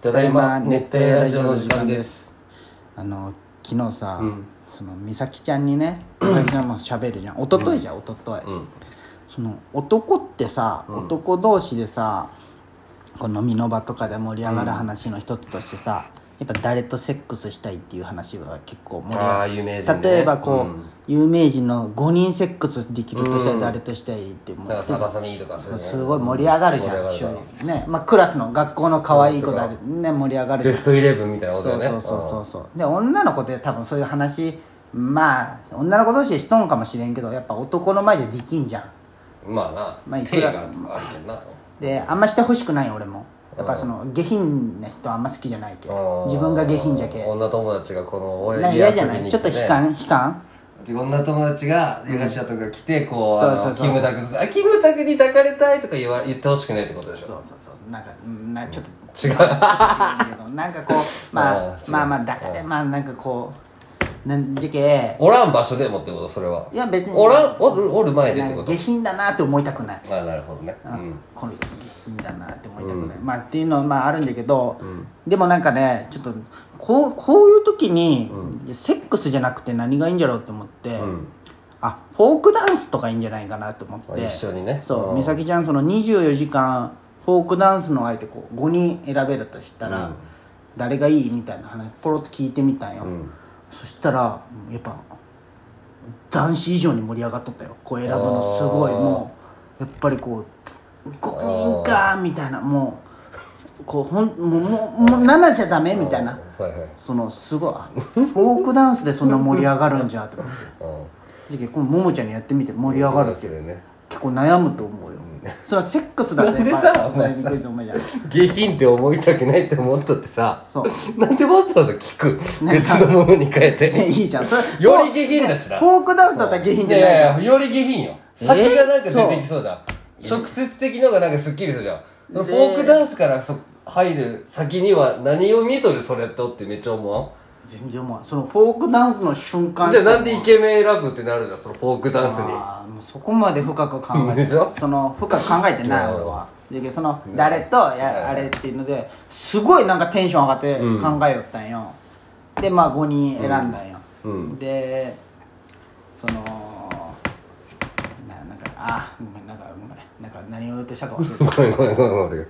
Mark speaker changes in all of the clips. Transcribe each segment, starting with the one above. Speaker 1: ただいま熱帯夜ラジオの時間です
Speaker 2: あの昨日さ、
Speaker 1: うん
Speaker 2: その美咲ちゃんにね美咲ちゃんも喋るじゃん一昨日じゃん一昨日、
Speaker 1: うん
Speaker 2: その男ってさ、男同士でさこの飲みの場とかで盛り上がる話の一つとしてさ、やっぱ誰とセックスしたいっていう話は結構盛り上
Speaker 1: あ
Speaker 2: が
Speaker 1: あ
Speaker 2: る
Speaker 1: 有名人ね
Speaker 2: 例えばこう、
Speaker 1: うん
Speaker 2: 有名人の5人セックスできるとした
Speaker 1: う
Speaker 2: ら
Speaker 1: ん
Speaker 2: 誰としたいってもう
Speaker 1: だからサバサミとかそういうの
Speaker 2: すごい盛り上がるじゃん
Speaker 1: 盛り
Speaker 2: 一
Speaker 1: 上が
Speaker 2: 緒
Speaker 1: る
Speaker 2: にねまあクラスの学校の可愛い子だね盛り上がるじゃ
Speaker 1: ベ
Speaker 2: ん
Speaker 1: ストイレブンみたいなことだ
Speaker 2: そう
Speaker 1: よね
Speaker 2: そうそうそうそうで女の子って多分そういう話まあ女の子同士でしとんかもしれんけどやっぱ男の前じゃできんじゃん
Speaker 1: うんまあ
Speaker 2: まあ
Speaker 1: ない手
Speaker 2: くら
Speaker 1: があるけんな
Speaker 2: であんましてほしくない俺もやっぱその下品な人あんま好きじゃないけ
Speaker 1: うん
Speaker 2: 自分が下品じゃけなん
Speaker 1: 女友達がこの俺
Speaker 2: か嫌じゃないちょっと悲観悲観
Speaker 1: 女友達がヨガシアとか来てこう
Speaker 2: そう
Speaker 1: あ
Speaker 2: そ
Speaker 1: の
Speaker 2: う
Speaker 1: キ
Speaker 2: そう
Speaker 1: ムタクずあキムタクに抱かれたいとか言わ言ってほしくないってことでし
Speaker 2: そ
Speaker 1: ょ
Speaker 2: うそうそうなんかうんなちょっと
Speaker 1: 違う
Speaker 2: 違うけどなんかこうま
Speaker 1: あ
Speaker 2: あ
Speaker 1: ー違う
Speaker 2: まあまあだからまあなんかこうなんじゃけ
Speaker 1: おらん場所でもってことそれはい
Speaker 2: や別に
Speaker 1: おらんおるおる前でっ
Speaker 2: な
Speaker 1: て
Speaker 2: ん
Speaker 1: こ
Speaker 2: か
Speaker 1: と
Speaker 2: 下品だなって思いたくない
Speaker 1: まあなるほどねうん
Speaker 2: この下品だなって思いたくない、まあっていうのはまああるんだけど、でもなんかねちょっとこうこういう時に、セックスじゃなくて何がいいんじゃろうって思って、
Speaker 1: ん
Speaker 2: あフォークダンスとかいいんじゃないかなと思っ
Speaker 1: まあ
Speaker 2: て
Speaker 1: 一緒にね
Speaker 2: そううん美咲ちゃんその24時間フォークダンスの相手こう5人選べるとしたら、誰がいいみたいな話ポロッと聞いてみたんよ、そしたらやっぱ男子以上に盛り上がっとったよこう選ぶのすごいもうやっぱりこう5人かみたいなもうこうほんもうもうもう7じゃダメみたいな
Speaker 1: はいはい
Speaker 2: そのすごいあフォークダンスでそんな盛り上がるんじゃと思って
Speaker 1: うん
Speaker 2: じゃあこのももちゃんにやってみて盛り上がるって
Speaker 1: そうですよね
Speaker 2: 結構悩むと思うよそれはセックスだって
Speaker 1: なんでさ
Speaker 2: やっぱり答えにくいと思うじゃん
Speaker 1: 下品って思いたくないって思ったってさ
Speaker 2: そう
Speaker 1: なんでわざわざ聞く別のものに変えて
Speaker 2: いやいいじゃんそれ
Speaker 1: より下品だしな
Speaker 2: フォークダンスだったら下品じゃない
Speaker 1: い
Speaker 2: じゃん
Speaker 1: やいやより下品よ
Speaker 2: え
Speaker 1: 先がなんか出てきそうじゃん直接的のがなんかすっきりするじゃんそのフォークダンスからそ入る先には何を見とるそれとってめっちゃ思わん
Speaker 2: 全然思わんそのフォークダンスの瞬間
Speaker 1: じゃあなんでイケメン選ぶってなるじゃんそのフォークダンスに
Speaker 2: あーもうそこまで深く考えて
Speaker 1: でしょ
Speaker 2: その深く考えてない俺はだけどその誰とやあれっていうのですごいなんかテンション上がって考えよったんよ、でまあ5人選んだんよ、でそのななんかあごめんなんかごめんなんか何を言おうとしたか忘れた
Speaker 1: ごめんごめんごめんごめん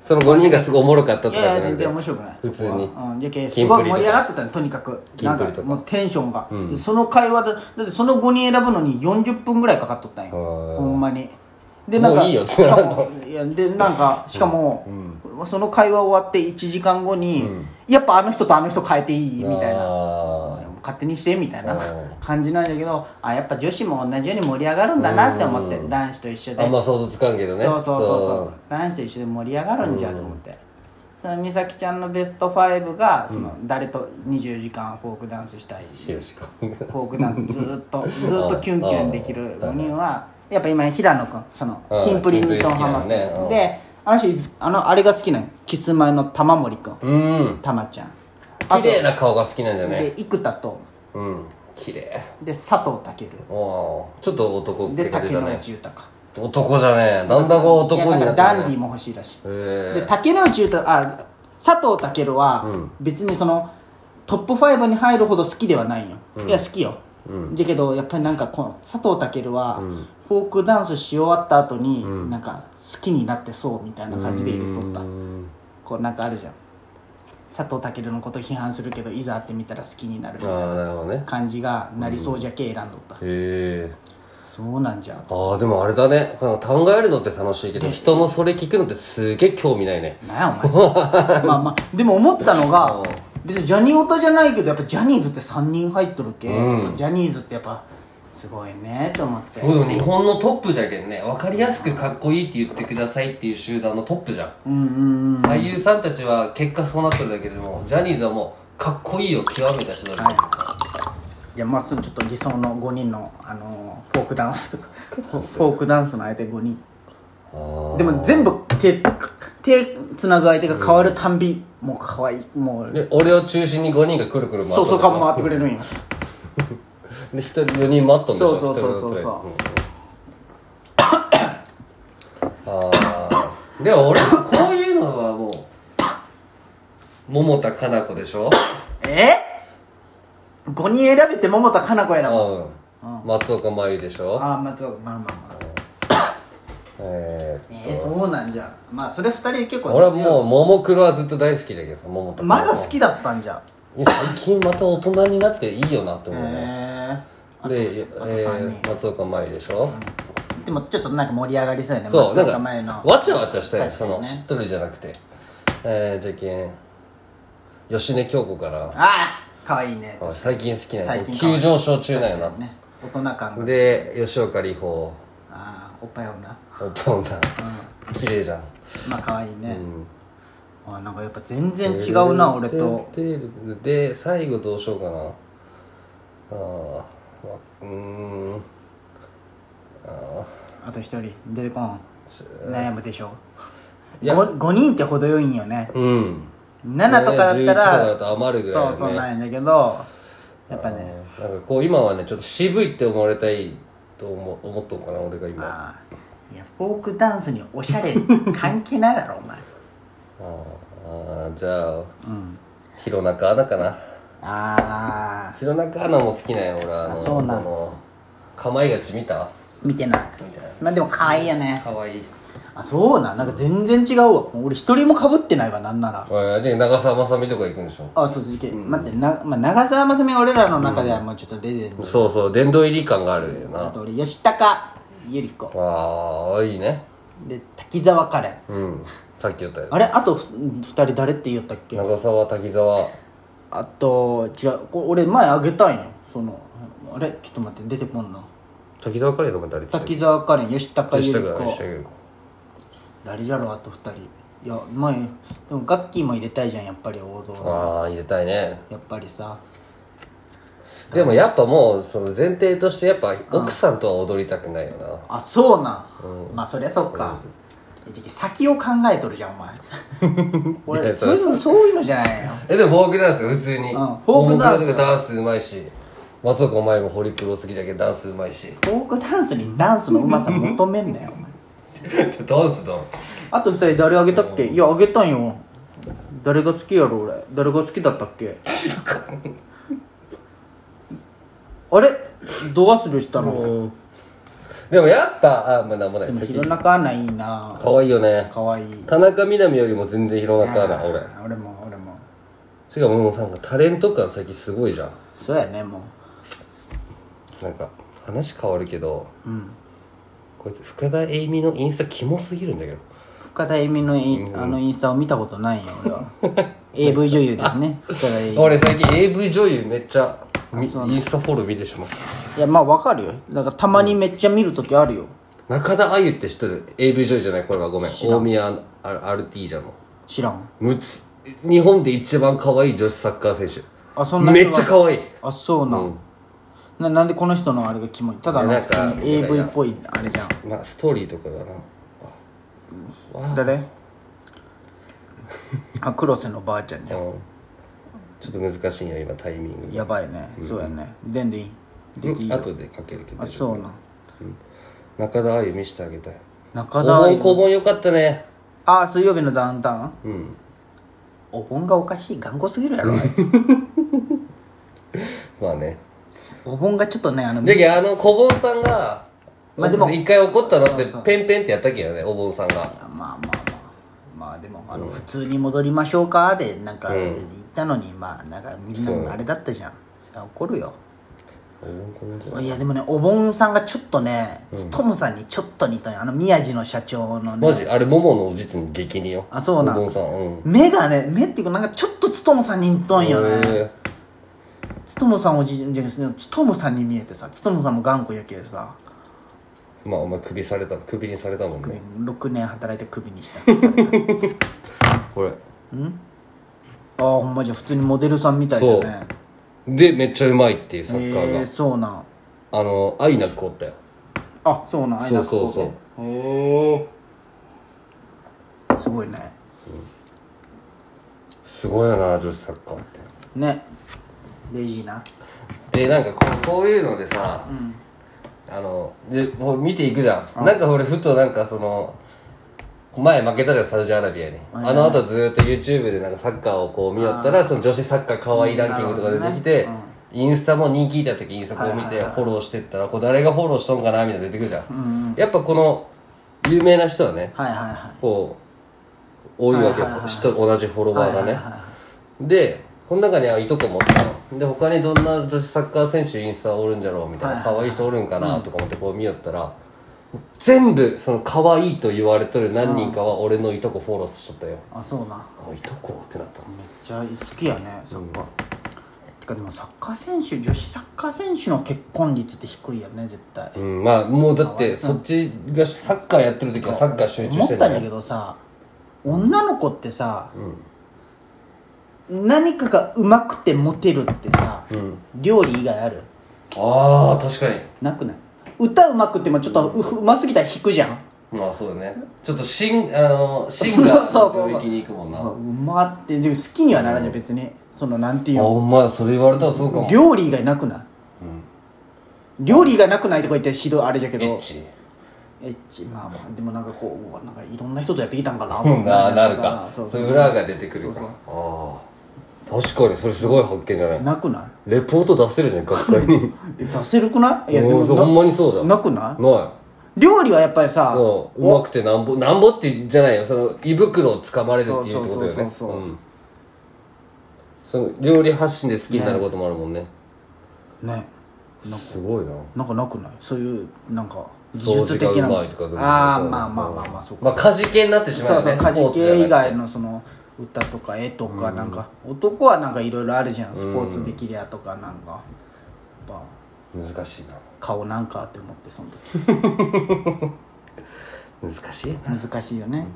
Speaker 1: その5人がすごいおもろかったとか
Speaker 2: い
Speaker 1: じゃ
Speaker 2: やいや
Speaker 1: なく
Speaker 2: 全
Speaker 1: て
Speaker 2: 然面白くない
Speaker 1: 普通に
Speaker 2: うん、じゃけ
Speaker 1: キ
Speaker 2: す
Speaker 1: ンプリ
Speaker 2: ごい
Speaker 1: とか
Speaker 2: 盛り上がってたねとにかく
Speaker 1: キ
Speaker 2: な
Speaker 1: ン
Speaker 2: ん
Speaker 1: プリとか
Speaker 2: かもうテンションが、でその会話でだってその5人選ぶのに40分ぐらいかかっとったんよ
Speaker 1: あー
Speaker 2: ほんまにでなんか
Speaker 1: もういいよ
Speaker 2: しかもいやでなんかしかも、その会話終わって1時間後に、やっぱあの人とあの人変えていいみたいな
Speaker 1: あ
Speaker 2: 勝手にしてみたいな
Speaker 1: ー
Speaker 2: 感じなんだけどあやっぱ女子も同じように盛り上がるんだなって思って男子と一緒
Speaker 1: ー
Speaker 2: で
Speaker 1: あんま想像つかんけどね
Speaker 2: そうそうそうそう男子と一緒で盛り上がるんじゃんと思って、その美咲ちゃんのベスト5がその誰と24時間フォークダンスしたい、
Speaker 1: ヒロシ君が
Speaker 2: フォークダンスずーっ とずーっとキュンキュンできる5人はやっぱ今平野君その
Speaker 1: うん
Speaker 2: キンプリにとんハマって
Speaker 1: キンプリ好きなのねうん
Speaker 2: であの人あのあれが好きなのキスマイの玉森君
Speaker 1: うん
Speaker 2: 玉ちゃん
Speaker 1: 綺麗な顔が好きなんじゃ
Speaker 2: あと
Speaker 1: ね
Speaker 2: で生田と
Speaker 1: うん綺麗
Speaker 2: で佐藤健
Speaker 1: おおーちょっと男っ
Speaker 2: で
Speaker 1: 気が出
Speaker 2: 竹
Speaker 1: た
Speaker 2: 野
Speaker 1: ね
Speaker 2: 内豊
Speaker 1: 男じゃねえだんだんこう男に
Speaker 2: い
Speaker 1: な
Speaker 2: や
Speaker 1: っ
Speaker 2: なんかダ
Speaker 1: た
Speaker 2: ンディ
Speaker 1: ね
Speaker 2: も欲しいらしいで
Speaker 1: へ
Speaker 2: 竹野内豊あ佐藤健は別にそのトップ5に入るほど好きではないよ、いや好きよ、だけどやっぱりなんかこの佐藤健は、フォークダンスし終わった後に、なんか好きになってそうみたいな感じで入れとったこうなんかあるじゃん佐藤健のこと批判するけどいざ会ってみたら好きになるみ
Speaker 1: え
Speaker 2: たい
Speaker 1: ああなるほどね
Speaker 2: な感じがなりそうじゃけ選んどった、
Speaker 1: へえ
Speaker 2: そうなんじゃん
Speaker 1: ああでもあれだねなんか考えるのって楽しいけど人のそれ聞くのってすげえ興味ないね
Speaker 2: なんやお前それ まあまあでも思ったのが別にジャニオタじゃないけどやっぱジャニーズって3人入っとるけ、やっぱジャニーズってやっぱすごいねと思って、
Speaker 1: そうでも日本のトップじゃけんね分かりやすくかっこいいって言ってくださいっていう集団のトップじゃん
Speaker 2: うんうんうん
Speaker 1: 俳優さんたちは結果そうなってるだけでもジャニーズはもうかっこいいを極めた人だね
Speaker 2: じゃあまっすぐちょっと理想の5人の、あのーフォークダンスフォークダンスの相手5人でも全部手手つなぐ相手が変わるたんび、もう可愛いもう
Speaker 1: で俺を中心に5人がくるくる回っ
Speaker 2: そうそう
Speaker 1: か
Speaker 2: か回ってくれるんよ
Speaker 1: で1人4人待っとんでしょ
Speaker 2: そうそうそうそうそ
Speaker 1: 一人のトイ
Speaker 2: う
Speaker 1: レうんああでも俺こういうのはもう桃田かな子でしょ
Speaker 2: え5人選べて桃田かな子やなあ
Speaker 1: うん松岡茉優でしょ
Speaker 2: あまあそうまあまあまあ
Speaker 1: えーっと
Speaker 2: えー、そうなんじゃんまあそれ2人結構
Speaker 1: 俺はもうももクロはずっと大好きだけどさ桃田
Speaker 2: まだ好きだったんじゃん
Speaker 1: 最近また大人になっていいよなって思うね
Speaker 2: へ
Speaker 1: で、え
Speaker 2: あと三人
Speaker 1: ー、松岡茉優でしょ、
Speaker 2: えでもちょっとなんか盛り上がりそうやね
Speaker 1: そう、
Speaker 2: 松
Speaker 1: なん
Speaker 2: 岡前の
Speaker 1: か、わちゃわちゃしたい、
Speaker 2: 確か
Speaker 1: そ
Speaker 2: にね
Speaker 1: の、しっとりじゃなくて。えー、じゃけん、吉根京子から、
Speaker 2: ああかわいいね
Speaker 1: あ最近好きな
Speaker 2: 最
Speaker 1: の、
Speaker 2: 近可愛い
Speaker 1: 急上昇中だよ
Speaker 2: 確かにね大人感
Speaker 1: な。
Speaker 2: が
Speaker 1: で、吉岡里帆、
Speaker 2: ああおっぱい女
Speaker 1: おっぱい女、綺麗じゃん。
Speaker 2: まあかわいいね、あなんかやっぱ全然違うな、俺と
Speaker 1: で。で、最後どうしようかな。あー、まあ、うーん、
Speaker 2: あと一人出てこん悩むでしょ
Speaker 1: いや
Speaker 2: 5, 5人って程よいんよね
Speaker 1: うん。
Speaker 2: 7とかだった
Speaker 1: 11とからだと余るぐらいだよね
Speaker 2: そうそうなんやけどやっぱね
Speaker 1: なんかこう、今はね、ちょっと渋いって思われたいと思思っとんかな、俺が今。
Speaker 2: あーいやフォークダンスにおしゃれ関係ないだろお前
Speaker 1: ああじゃあ、弘中アナかな
Speaker 2: ああ
Speaker 1: 弘中アナも好きなんよ俺あの
Speaker 2: そうなん
Speaker 1: あのかまいがち見た
Speaker 2: 見てないまあでも可愛いよね
Speaker 1: かわいい
Speaker 2: あそうなんなんか全然違うわもう俺一人もかぶってないわなんなら
Speaker 1: で長澤まさみとか行くんでしょ
Speaker 2: あそう続け、待ってな、まあ、長澤まさみは俺らの中ではもうちょっとレジェンド、
Speaker 1: そうそう殿堂入り感があるよ
Speaker 2: あ
Speaker 1: な
Speaker 2: と俺吉高由里子
Speaker 1: ああいいね
Speaker 2: で滝沢カレン
Speaker 1: うんさっき言ったよ
Speaker 2: あれあとふ二人誰って言ったっけ
Speaker 1: 長澤滝沢
Speaker 2: あと違うこ俺前あげたんよそのあれちょっと待って出てこんな
Speaker 1: 滝沢カレーの前誰って言って
Speaker 2: 滝沢カレン吉高
Speaker 1: た
Speaker 2: 由
Speaker 1: 吉田
Speaker 2: 里
Speaker 1: 君吉
Speaker 2: 子
Speaker 1: 田君
Speaker 2: 誰じゃろあと二人いや前でもガッキーも入れたいじゃんやっぱり王道の
Speaker 1: ああ入れたいね
Speaker 2: やっぱりさ
Speaker 1: でもやっぱもうその前提としてやっぱ奥さんとは踊りたくないよな
Speaker 2: あそうなん、まあそりゃそっか、えじゃあ先を考えとるじゃんお 前俺そういうのそういうのじゃないよ
Speaker 1: えでもフォークダンス普通に、
Speaker 2: うんフォークダンス
Speaker 1: フォダンスうまいし松岡お前もホリプロ好きじゃけどダンスうまいし
Speaker 2: フォークダンスにダンスのうまさ求めんなよお前
Speaker 1: ダンスだ
Speaker 2: あと二人誰あげたっけいやあげたんよ誰が好きやろ俺誰が好きだったっけあれド忘れしたの
Speaker 1: でもやっぱあまあなんもない先
Speaker 2: 弘中アナいいな
Speaker 1: 可愛いよね
Speaker 2: かわいい
Speaker 1: 田中みな実よりも全然広中だ俺
Speaker 2: 俺も俺も
Speaker 1: しかももうなんかタレント感先すごいじゃん
Speaker 2: そうやねもう
Speaker 1: なんか話変わるけど、こいつ深田栄美のインスタキモすぎるんだけど
Speaker 2: 深田恵美のイン、あのインスタを見たことないよ俺 は AV 女優ですね深田恵美
Speaker 1: 俺最近 AV 女優めっちゃインスタフォロー見てしまう
Speaker 2: いやまあわかるよだからたまにめっちゃ見るときあるよ、
Speaker 1: 中田あゆって知っとる AV 女優じゃないこれはごめん大宮アルアルティージャの
Speaker 2: 知らん
Speaker 1: むつ日本で一番可愛い女子サッカー選手
Speaker 2: あそんな人
Speaker 1: め
Speaker 2: が
Speaker 1: っちゃ可愛い
Speaker 2: あそうなん、
Speaker 1: うん
Speaker 2: ななんでこの人のあれがキモいただの
Speaker 1: いやなんか
Speaker 2: 普通に AV っぽいあれじゃん
Speaker 1: まあストーリーとかだな
Speaker 2: 誰あクロスのばあちゃんじゃ
Speaker 1: うんちょっと難しいんよ今タイミン
Speaker 2: んやばいね、そうやねでんでいいで
Speaker 1: グ後でかけるけど
Speaker 2: あそうなん
Speaker 1: 中田あゆ見せてあげたい
Speaker 2: 中
Speaker 1: お
Speaker 2: 田あ
Speaker 1: 盆
Speaker 2: ゆ
Speaker 1: 公盆よかったね
Speaker 2: あ水曜日のダウンタウン
Speaker 1: うん
Speaker 2: お盆がおかしい頑固すぎるやろあいつ
Speaker 1: まあね
Speaker 2: お盆がちょっとねあの
Speaker 1: じゃけあの小盆さんが
Speaker 2: まあでも
Speaker 1: 一回怒ったのってペンペンってやったっけよねお盆さんが
Speaker 2: まあまあまあまあでもあの、普通に戻りましょうかでなんか言ったのに、まあなんかみんなあれだったじゃんそりゃ怒るよ
Speaker 1: お盆公盆じゃない
Speaker 2: いやでもねお盆さんがちょっとね、トムさんにちょっと似たんよあの宮地の社長のね
Speaker 1: マジあれ桃のおじいちゃん激似よ
Speaker 2: あそうなん
Speaker 1: お盆さんうん
Speaker 2: 目がね目っていうかなんかちょっとつとむさんに似とんよね
Speaker 1: へえ
Speaker 2: つとむさんおじいじゃないつとむさんに見えてさつとむさんも頑固やけでさ
Speaker 1: まあお前首された首にされたもんね
Speaker 2: 6年働いてクビにしたされたあ
Speaker 1: これ
Speaker 2: あほんまじゃ普通にモデルさんみたいだ
Speaker 1: そう
Speaker 2: ね
Speaker 1: でめっちゃうまいっていうサ
Speaker 2: え
Speaker 1: ッカーが、
Speaker 2: ー、そうなん
Speaker 1: あのアイナックおったよ
Speaker 2: あそうなん
Speaker 1: そうそうそう
Speaker 2: うへえすごいね
Speaker 1: すごいよな女子サッカーって
Speaker 2: ねレイジーな
Speaker 1: でなんかこうこういうのでさ、あのでこう見ていくじゃん、なんか俺ふとなんかその前負けたじゃんサウジアラビアにあの後ずーっと YouTube でなんかサッカーをこう見よったらその女子サッカー可愛いランキングとか出てきて、インスタも人気いた時インスタこう見てフォローしてったらこう誰がフォローしとんかなみたいな出てくるじゃん、やっぱこの有名な人はね
Speaker 2: はいはいはい
Speaker 1: こう多いわけよ、知っとる同じフォロワーがね、でこの中にはいとこもおったので他にどんな女子サッカー選手インスタおるんじゃろうみたいな可愛い人おるんかなとか思ってこう見よったら、全部その可愛いと言われとる何人かは俺のいとこフォローしとったよ、
Speaker 2: あそうな
Speaker 1: あいとこってなった
Speaker 2: めっちゃ好きやねサッカー、てかでもサッカー選手女子サッカー選手の結婚率って低いやね絶対、
Speaker 1: うんまあもうだってそっちがサッカーやってる時はサッカー集中
Speaker 2: 思
Speaker 1: してる
Speaker 2: っ
Speaker 1: んじ
Speaker 2: た
Speaker 1: ゃ
Speaker 2: ん
Speaker 1: な
Speaker 2: だ
Speaker 1: い
Speaker 2: けどさ女の子ってさ、何かがうまくてモテるってさ、料理以外ある
Speaker 1: ああ確かに
Speaker 2: なくない歌うまくてもちょっとううますぎたら弾くじゃん
Speaker 1: まあそうだねちょっとシンあのシン
Speaker 2: そう
Speaker 1: ガ
Speaker 2: そうそう
Speaker 1: ーの領域に行くもんな
Speaker 2: うまって自分好きにはならない別にそのなんていう
Speaker 1: あ
Speaker 2: の
Speaker 1: お前それ言われたらそうかもエ
Speaker 2: 料理以外なくない、料理以外なくないとか言ってひどいあれじゃけど
Speaker 1: ッチ
Speaker 2: エッチまあまあでもなんかこううわなんかいろんな人とやってきたんかな
Speaker 1: うんななるか
Speaker 2: そ
Speaker 1: そうう
Speaker 2: そう
Speaker 1: いう裏が出てくるかああ確かにそれすごい発見じゃない
Speaker 2: なくない
Speaker 1: レポート出せるじゃん学会に
Speaker 2: え出せるく ないいやで
Speaker 1: お
Speaker 2: も
Speaker 1: ーそうほんまにそうじゃん
Speaker 2: なくない
Speaker 1: な
Speaker 2: 料理はやっぱりさ
Speaker 1: いそううまくてなんぼなんぼってじゃないよその胃袋をつかまれるっていうってことだよ
Speaker 2: そう
Speaker 1: ね
Speaker 2: そうそうそう
Speaker 1: うんその料理発信で好きになることもあるもんね
Speaker 2: ね
Speaker 1: すごいな
Speaker 2: なんかなくないそういうなんか技
Speaker 1: 掃
Speaker 2: 術
Speaker 1: 除が
Speaker 2: 的な
Speaker 1: うまいとかでも
Speaker 2: ああ
Speaker 1: そう
Speaker 2: まあまあまあまあそうか
Speaker 1: まあ家事系になってしまう
Speaker 2: そう
Speaker 1: よ
Speaker 2: そう
Speaker 1: ねス
Speaker 2: 家
Speaker 1: ポ
Speaker 2: 事
Speaker 1: ーツじゃ
Speaker 2: 系以
Speaker 1: ない
Speaker 2: 外のその歌とか絵とかなんか男はなんかいろいろあるじゃんスポーツできりゃとかなんかやっぱ
Speaker 1: 難しいな
Speaker 2: 顔なんかって思ってその時
Speaker 1: 難しいな
Speaker 2: 難しいよね